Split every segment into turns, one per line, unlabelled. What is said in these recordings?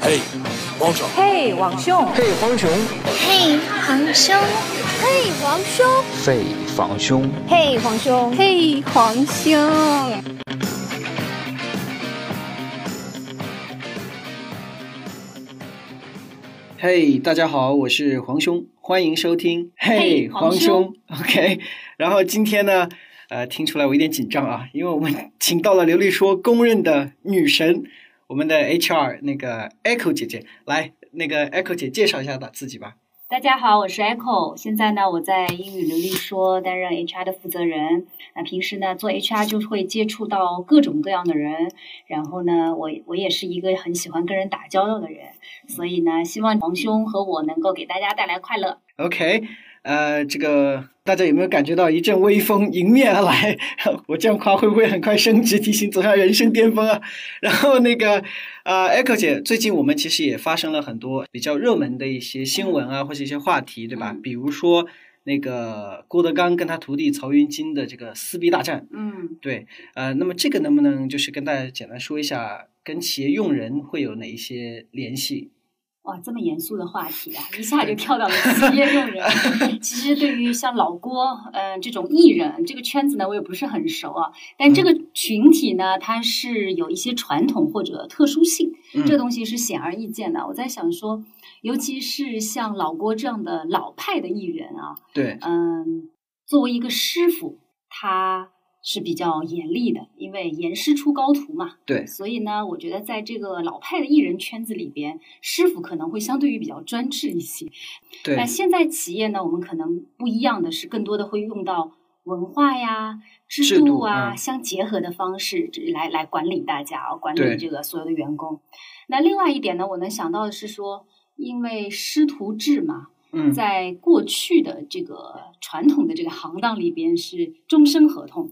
嘿，王总，
嘿，王兄，
嘿，黄雄，
嘿，皇兄，
嘿，皇兄，
嘿，防兄，
嘿，皇兄，
嘿，皇兄。
嘿、hey,，大家好，我是黄兄，欢迎收听。嘿、hey,，黄兄，OK。然后今天呢，呃，听出来我有点紧张啊，因为我们请到了刘丽说公认的女神，我们的 HR 那个 Echo 姐姐，来，那个 Echo 姐介绍一下吧自己吧。
大家好，我是 Echo，现在呢我在英语流利说担任 HR 的负责人。那平时呢做 HR 就会接触到各种各样的人，然后呢我我也是一个很喜欢跟人打交道的人，所以呢希望王兄和我能够给大家带来快乐。
OK，呃，这个大家有没有感觉到一阵微风迎面而来？ 我这样夸会不会很快升职提醒走上人生巅峰啊？然后那个。啊、uh,，Echo 姐，最近我们其实也发生了很多比较热门的一些新闻啊，或者一些话题，对
嗯
吧？比如说那个郭德纲跟他徒弟曹云金的这个撕逼大战，
嗯，
对，呃，那么这个能不能就是跟大家简单说一下，跟企业用人会有哪一些联系？
哇，这么严肃的话题啊，一下就跳到了企业用人。其实对于像老郭，嗯、呃，这种艺人这个圈子呢，我也不是很熟啊。但这个群体呢，它是有一些传统或者特殊性，嗯、这个东西是显而易见的。我在想说，尤其是像老郭这样的老派的艺人啊，
对，
嗯，作为一个师傅，他。是比较严厉的，因为严师出高徒嘛。
对，
所以呢，我觉得在这个老派的艺人圈子里边，师傅可能会相对于比较专制一些。
对。
但现在企业呢，我们可能不一样的是，更多的会用到文化呀、制
度
啊、
嗯、
相结合的方式来来管理大家啊，管理这个所有的员工。那另外一点呢，我能想到的是说，因为师徒制嘛。
嗯，
在过去的这个传统的这个行当里边是终身合同，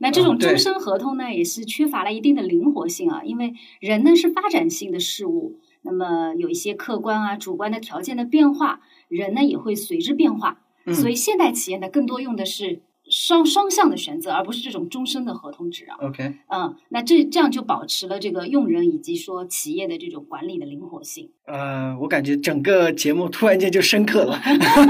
那
哦
这种终身合同呢、
嗯、
也是缺乏了一定的灵活性啊，因为人呢是发展性的事物，那么有一些客观啊、主观的条件的变化，人呢也会随之变化，
嗯、
所以现代企业呢更多用的是双双向的选择，而不是这种终身的合同制啊。
OK，
嗯，那这这样就保持了这个用人以及说企业的这种管理的灵活性。
呃，我感觉整个节目突然间就深刻了，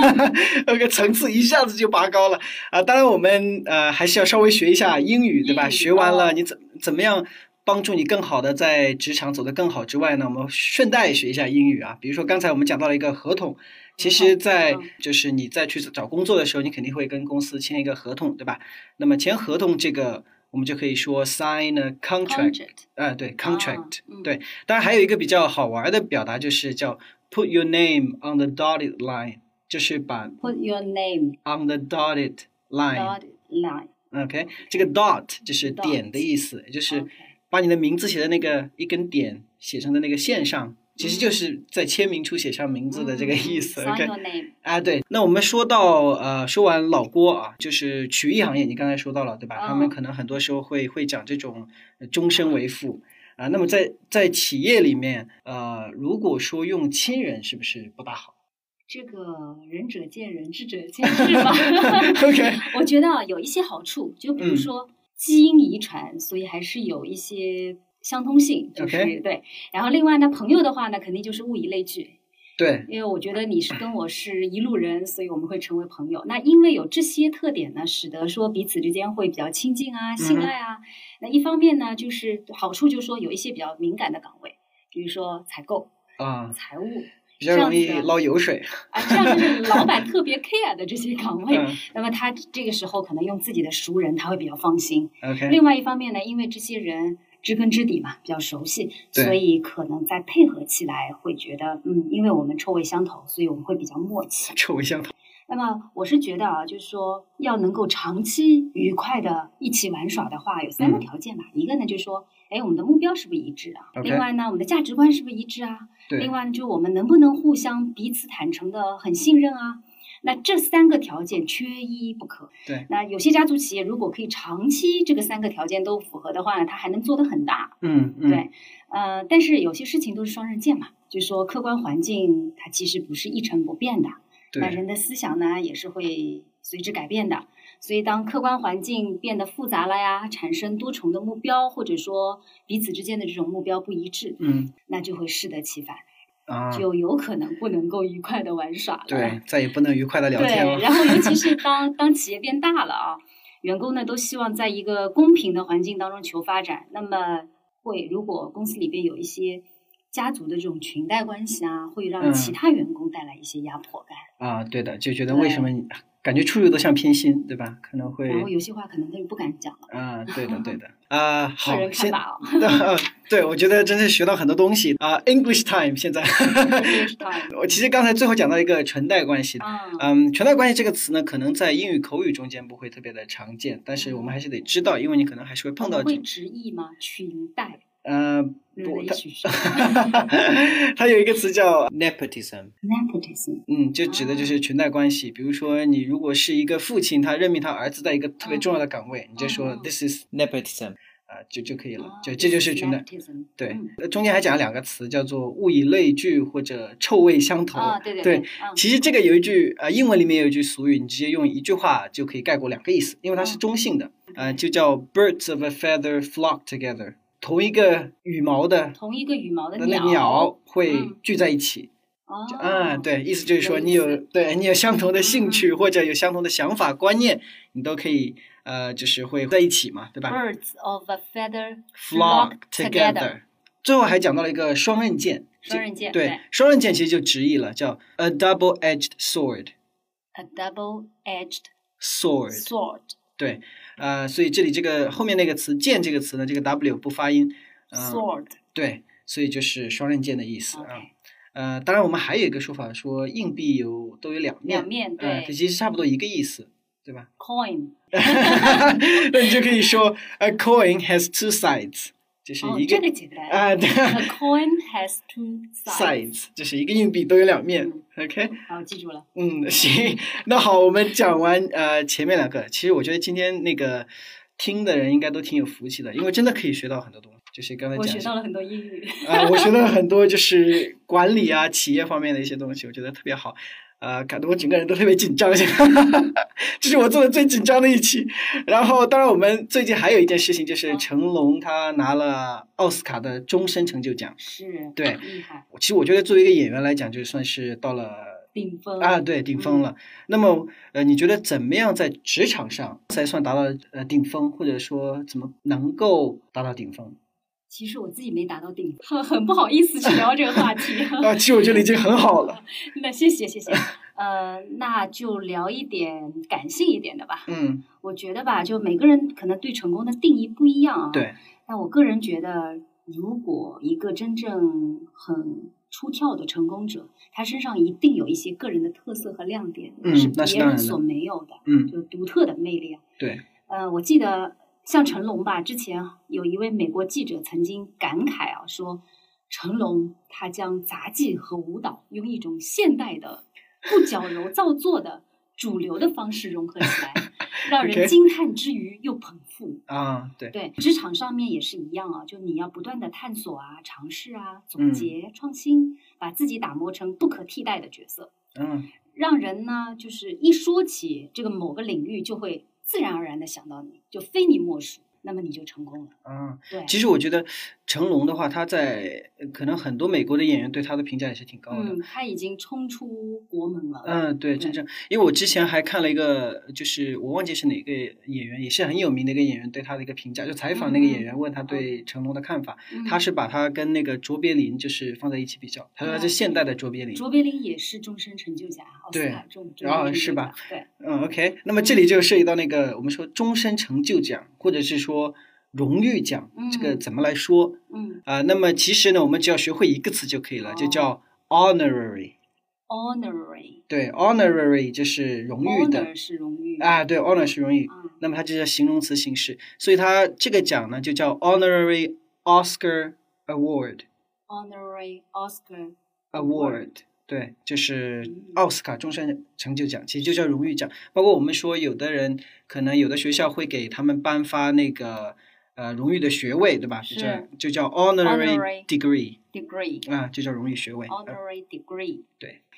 那个层次一下子就拔高了啊、呃！当然，我们呃还是要稍微学一下英语，哦对吧？学完了，你怎怎么样帮助你更好的在职场走得更好之外呢？我们顺带学一下英语啊，比如说刚才我们讲到了一个合同，其实，在就是你再去找工作的时候，你肯定会跟公司签一个合同，对吧？那么签合同这个。我们就可以说 sign a contract，啊、呃，对 contract，、
啊、
对。当然还有一个比较好玩的表达就是叫 put your name on the dotted line，就是把
put your name
on the dotted line，dotted
line。
OK，这个 dot 就是点的意思，就是把你的名字写在那个一根点写成的那个线上。其实就是在签名处写上名字的这个意思、嗯、，OK？啊，对。那我们说到呃，说完老郭啊，就是曲艺行业，你刚才说到了，对吧？
哦、
他们可能很多时候会会讲这种呃终身为父啊、呃。那么在在企业里面，呃，如果说用亲人，是不是不大 好？
这个仁者见仁，智者见智 吧。
OK，嗯
我觉得啊有一些好处，就比如说基因遗传，嗯、所以还是有一些。相通性就是对，然后另外呢，朋友的话呢，肯定就是物以类聚，
对，
因为我觉得你是跟我是一路人，所以我们会成为朋友。那因为有这些特点呢，使得说彼此之间会比较亲近啊、信赖啊。
嗯、
那一方面呢，就是好处就是说有一些比较敏感的岗位，比如说采购
啊、
嗯、财务。
比较容易捞油 水
啊，这样就是老板特别 care 的这些岗位，
嗯
那么他这个时候可能用自己的熟人，他会比较放心。
OK。
另外一方面呢，因为这些人知根知底嘛，比较熟悉，所以可能在配合起来会觉得，嗯，因为我们臭味相投，所以我们会比较默契。
臭味相投。
那么我是觉得啊，就是说要能够长期愉快的一起玩耍的话，有三个条件吧。
嗯、
一个呢，就是说，哎，我们的目标是不是一致啊？
另
外呢，我们的价值观是不是一致啊？另外呢，就是我们能不能互相彼此坦诚的很信任啊？那这三个条件缺一不可。
对。
那有些家族企业如果可以长期这个三个条件都符合的话呢，它还能做得很大。
嗯嗯。
对，呃，但是有些事情都是双刃剑嘛，就是说客观环境它其实不是一成不变的，
对
那人的思想呢也是会随之改变的。所以当客观环境变得复杂了呀，产生多重的目标，或者说彼此之间的这种目标不一致，
嗯
那就会适得其反，
啊，
就有可能不能够愉快的玩耍了。
对，再也不能愉快的聊天
对，
了。
然后尤其是当当企业变大了啊，员工呢都希望在一个公平的环境当中求发展。那么会如果公司里边有一些家族的这种裙带关系啊，会让
嗯
其他员工带来一些压迫感，
啊，对的，就觉得为什么你感觉处处都像偏心，对吧？可能会
然后有些话可能他就不敢讲了。
啊，对的，对 的啊，
个人
好，
看
先呃
法啊
对，我觉得真是学到很多东西啊，English time 现在。
，English time
我其实刚才最后讲到一个裙带关系的，
啊，
嗯，裙带关系这个词呢，可能在英语口语中间不会特别的常见，但是我们还是得知道，因为你可能还是会碰
我
到
们
这
会，直译吗？裙带，
呃，
嗯
不，
也
它
许 是
它有一个词叫 nepotism，
nepotism，
嗯，就指的
哦
就是裙带关系。比如说，你如果是一个父亲，他任命他儿子在一个特别重要的
哦
岗位，你就说
嗯
this is nepotism，啊，就就可以了
啊，
就这就是裙带。
nepotism，
对
嗯，
呃中间还讲了两个词，叫做物以类聚或者臭味相投。
啊，对对
对
对，嗯
其实这个有一句呃，英文里面有一句俗语，你直接用一句话就可以概括两个意思，因为它是中性的，
嗯
呃，就叫 birds of a feather flock together，同一个羽毛的
同一个羽毛的
那个鸟会
嗯
聚在一起。
哦
啊，对，意思就是说
有
你
意
有
思嗯
对你有相同的兴趣或者有相同的想法观念，你都可以呃，就是会在一起嘛，对吧
Birds of a feather
？flock
嗯 together
together。最后还讲到了一个双刃剑，
双刃剑，
对，双刃剑其实就直译了，叫 a double-edged sword。
，a double-edged
sword，
sword，
对，呃，所以这里这个后面那个词“剑”这个词呢，这个 W 不发音，嗯、
sword，
对，所以就是双刃剑的意思啊。
OK
呃，当然我们还有一个说法，说硬币有都有两面，
两面
呃，
对
这其实差不多一个意思，对吧？
coin，
那你就可以说 a coin has two sides，就是
哦
一，
这个简单
啊对
，a coin has two
sides，
sides，
就是一个硬币都有两面。
嗯
OK，
好，记住了，
嗯，行，那好，我们讲完呃前面两个，其实我觉得今天那个听的人应该都挺有福气的，因为真的可以学到很多东西，就是刚才
我
讲
学
一
到
下
了很多英语，
啊、我学到了很多就是管理啊、企业方面的一些东西，我觉得特别好，呃，搞得我整个人都特别紧张， 这是我做的最紧张的一期。然后，当然我们最近还有一件事情，就是
嗯
成龙他拿了奥斯卡的终身成就奖。
是，
对
厉害，
其实我觉得作为一个演员来讲，就算是到了。
顶峰
啊，对，顶峰了。那么，呃，你觉得怎么样在职场上才算达到呃顶峰，或者说怎么能够达到顶峰？
其实我自己没达到顶峰， 很不好意思去聊这个 话题。
啊，其实我觉得已经很好了。
那谢谢谢谢，呃，那就聊一点感性一点的吧。
嗯，
我觉得吧，就每个人可能对成功的定义不一样啊。
对，
但我个人觉得，如果一个真正很出挑的成功者，他身上一定有一些个人的特色和亮点，
嗯
是
那是
别
当然
人
的
所没有的，
嗯，
就独特的魅力啊。
对，
呃，我记得像成龙吧，之前有一位美国记者曾经感慨啊，说成龙他将杂技和舞蹈用一种现代的、不矫揉造作的主流的方式融合起 来，让
OK
人惊叹之余又捧腹。
啊，对，
对，职场上面也是一样啊，就你要不断的探索啊、尝试啊、
嗯
总结、创新，把自己打磨成不可替代的角色，
嗯，
让人呢就是一说起这个某个领域，就会自然而然的想到你，就非你莫属，那么你就成功了。
啊，
对，
其实我觉得成龙的话，他在呃可能很多美国的演员对他的评价也是挺高的。
嗯，他已经冲出国门了。
嗯，对，真
对
正，因为我之前还看了一个，就是我忘记是哪个演员，也是很有名的一个演员对他的一个评价，就采访那个演
嗯
员问他对成龙的看法，
嗯，
他是把他跟那个卓别林就是放在一起比较，他说他是
嗯
现代的卓别林。
卓别林也是终身成就奖，奥斯
对
卡终终身
然后
成就是
吧
奖？对，
嗯，OK，那么这里就涉及到那个我们说终身成就奖或者是说荣誉奖，这个
嗯
怎么来说
嗯
啊、那么其实呢，我们只要学会一个词就可以了，就
哦
叫 honorary。
，honorary，
对，honorary 就是 荣誉的
honor 是荣誉
啊，对，honor 是荣誉。
嗯
那么它就是形容词形式，所以它这个奖呢就叫 honorary Oscar award
，honorary Oscar。
award，对，就是奥斯卡终身成就奖，其实就叫荣誉奖。包括我们说，有的人可能有的学校会给他们颁发那个呃荣誉的学位，对吧？就叫
是
就叫 honorary
Honorary
degree
degree
啊，就叫荣誉学位。
honorary degree。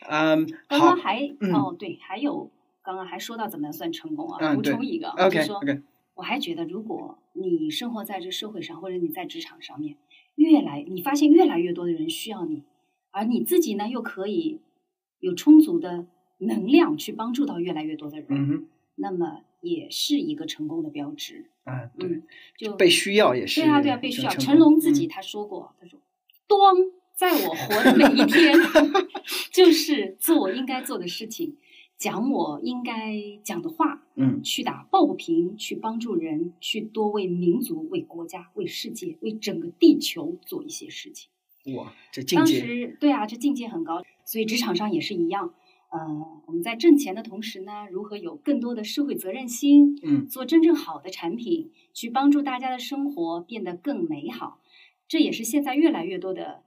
嗯，
刚
好
刚，还、
嗯
哦对，还有刚刚还说到怎么样算成功啊，
嗯
补
对
充一个，就
，OK
是说
OK，
我还觉得，如果你生活在这社会上，或者你在职场上面，越来你发现越来越多的人需要你，而你自己呢又可以有充足的能量去帮助到越来越多的人，
嗯哼，
那么也是一个成功的标志。
啊，对
嗯，，就
被需要也是
对啊对啊被需要。
一种成功
成龙自己
嗯
他说过，他说：“当在我活的每一天， 就是做我应该做的事情，讲我应该讲的话。”
嗯
去打抱不平，去帮助人，去多为民族、为国家、为世界、为整个地球做一些事情。
嗯哇，这境
当
界，
时对啊，这境界很高，所以职场上也是一样。呃，我们在挣钱的同时呢，如何有更多的社会责任心，
嗯
做真正好的产品，去帮助大家的生活变得更美好，这也是现在越来越多的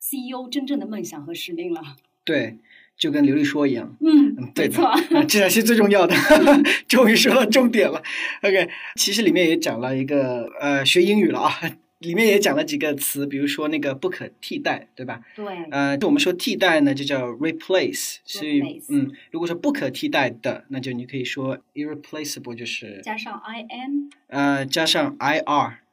CEO 真正的梦想和使命了。
对，就跟刘丽说一样，
嗯
嗯，对的
没错，
啊，这才是最重要的。 终于说到重点了。OK，其实里面也讲了一个呃，学英语了啊，里面也讲了几个词，比如说那个不可替代，对吧？
对，
呃，就我们说替代呢，就叫 replace，所以
Replace
嗯，如果说不可替代的，那就你可以说 irreplaceable，就是
加上 I N
呃加上 ir，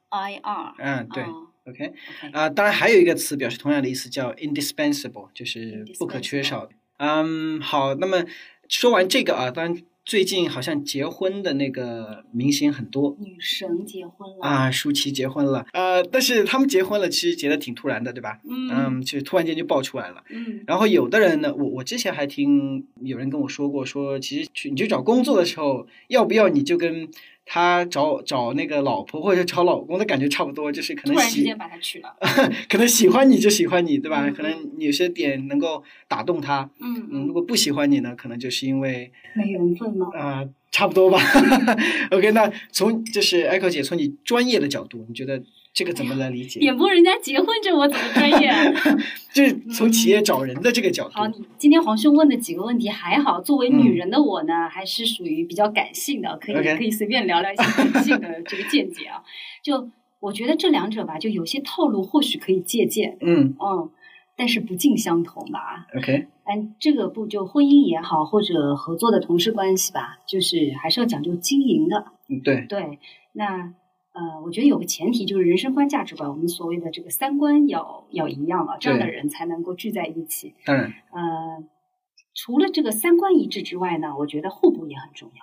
I R，
嗯，对
哦
，OK，
，OK，
啊、当然还有一个词表示同样的意思，叫 indispensable，就是不可缺少的。嗯，好，那么说完这个啊，当然最近好像结婚的那个明星很多
女神结婚了
啊，舒淇结婚了，呃，但是他们结婚了，其实结的挺突然的，对吧？
嗯
嗯，就是突然间就爆出来了。
嗯
然后有的人呢，我我之前还听有人跟我说过，说其实去你去找工作的时候，要不要你就跟他找找那个老婆或者找老公的感觉差不多，就是可
突
能
然之
喜
间把他娶了，
可能喜欢你就喜欢你，对吧？
嗯
可能有些点能够打动他。
嗯
嗯，如，果不喜欢你呢，可能就是因为
没缘分吗？
啊、呃差不多吧。OK，那从就是 Echo 姐从你专业的角度，你觉得这个怎么来理解？
点播人家结婚，这我怎么专业啊？
就是从企业找人的这个角
好，
度，
你今天黄兄问的几个问题还好，作为女人的我呢，还是属于比较感性的，可以
OK
可以随便聊聊一些感性的这个见解啊。就我觉得这两者吧，就有些套路或许可以借鉴，
嗯
嗯，但是不尽相同吧。
，OK，
嗯，这个不就婚姻也好，或者合作的同事关系吧，就是还是要讲究经营的。
嗯对，
对，那呃，我觉得有个前提就是人生观、价值观，我们所谓的这个三观要要一样啊，这样的
对
人才能够聚在一起。
当然，
呃，除了这个三观一致之外呢，我觉得互补也很重要。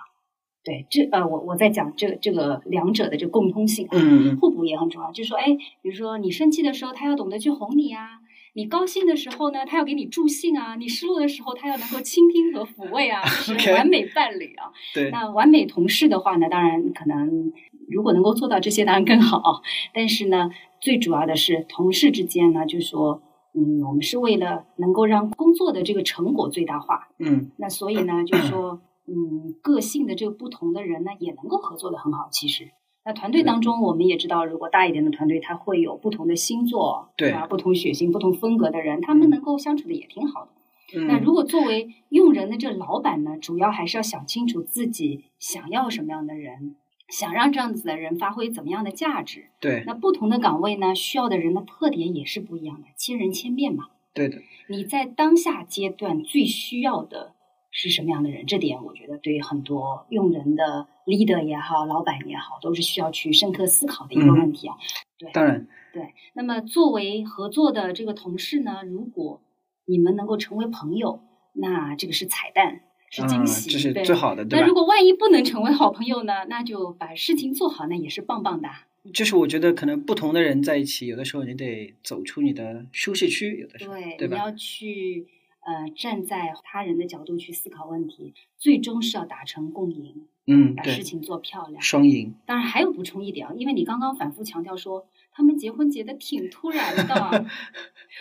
对，这呃，我我在讲这这个两者的这个共通性啊，
嗯嗯
互补也很重要。就是说，哎，比如说你生气的时候，他要懂得去哄你啊；你高兴的时候呢，他要给你助兴啊；你失落的时候，他要能够倾听和抚慰啊，是
OK
完美伴侣啊。
对，
那完美同事的话呢，当然可能如果能够做到这些，当然更好啊。但是呢，最主要的是同事之间呢，就说，嗯，我们是为了能够让工作的这个成果最大化。
嗯
那所以呢，就是说，嗯，个性的这个不同的人呢，也能够合作的很好。其实，那团队当中，我们也知道，如果大一点的团队，它会有不同的星座，
对
吧？不同血型、不同风格的人，他们能够相处的也挺好的。
嗯，
那如果作为用人的这老板呢，主要还是要想清楚自己想要什么样的人，想让这样子的人发挥怎么样的价值。
对
那不同的岗位呢，需要的人的特点也是不一样的，千人千面嘛。
对的，
你在当下阶段最需要的是什么样的人？这点我觉得对于很多用人的 leader 也好，老板也好，都是需要去深刻思考的一个问题啊。
当然，
那么作为合作的这个同事呢，如果你们能够成为朋友，那这个是彩蛋，是
嗯，
惊喜，
这是
对
最好的，对
那
吧
如？果万一不能成为好朋友呢？那就把事情做好，那也是棒棒的。
就是我觉得可能不同的人在一起，有的时候你得走出你的舒适区，有的时候，
对，
对
你
吧？
要去呃站在他人的角度去思考问题，最终是要达成共赢，
嗯，
把事
对，
情做漂亮。
双赢。
当然还有补充一点啊，因为你刚刚反复强调说他们结婚结得挺突然的 啊，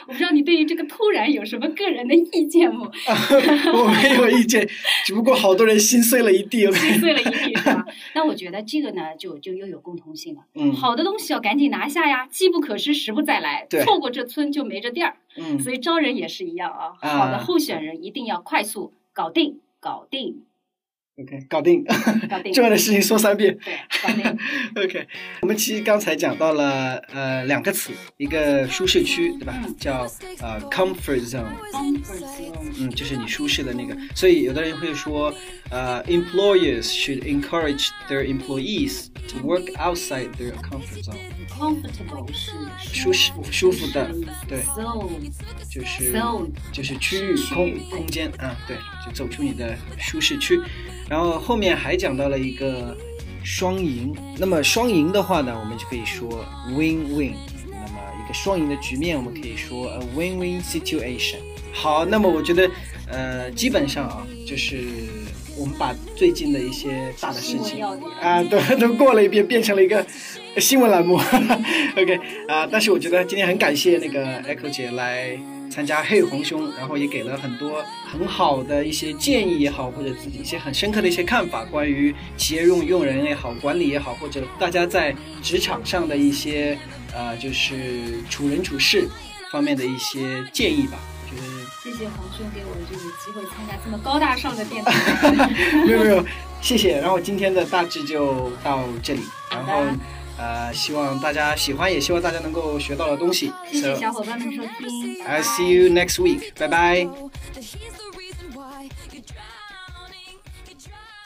我不知道你对于这个突然有什么个人的意见不？
我没有意见，只不过好多人心碎了一地。我感
心
觉
碎了一地是吧？ 那我觉得这个呢，就就又有共同性了。
嗯
好的东西要赶紧拿下呀，机不可失，时不再来
对，
错过这村就没这店儿。
嗯，
所以招人也是一样啊，好
啊
的候选人一定要快速搞定，搞定，
OK，搞定，
搞定，
重要的事情说三遍。
对，搞定，
OK，我们其实刚才讲到了呃两个词，一个舒适区，对吧？
嗯
叫呃 comfort zone，嗯
comfort zone
嗯，就是你舒适的那个。所以有的人会说， uh, employers should encourage their employees to work outside their comfort zone，
comfortable 嗯是
舒适舒服的对
zone
就是。
zone
就是区域
区域
空
对
空间啊，对，就走出你的舒适区。然后后面还讲到了一个双赢，那么双赢的话呢，我们就可以说 win-win。那么一个双赢的局面，我们可以说 a win-win situation。好，那么我觉得，呃，基本上啊，就是我们把最近的一些大的事
新闻
情
要点
啊，都都过了一遍，变成了一个新闻栏目。OK 啊、但是我觉得今天很感谢那个 Echo 姐来参加黑红兄，然后也给了很多很好的一些建议也好，或者自己一些很深刻的一些看法，关于企业用用人也好，管理也好，或者大家在职场上的一些呃，就是处人处事方面的一些建议吧。 我觉得
谢谢黄兄给我这个机会参加这么高大上的电台。
没有没有，谢谢。然后今天的大致就到这里，然后
好的
呃，希望大家喜欢，也希望大家能够学到的东西。
谢谢
So
小伙伴们收听。
I see you next week，拜拜。
He's the reason why you're drowning, you're drowning.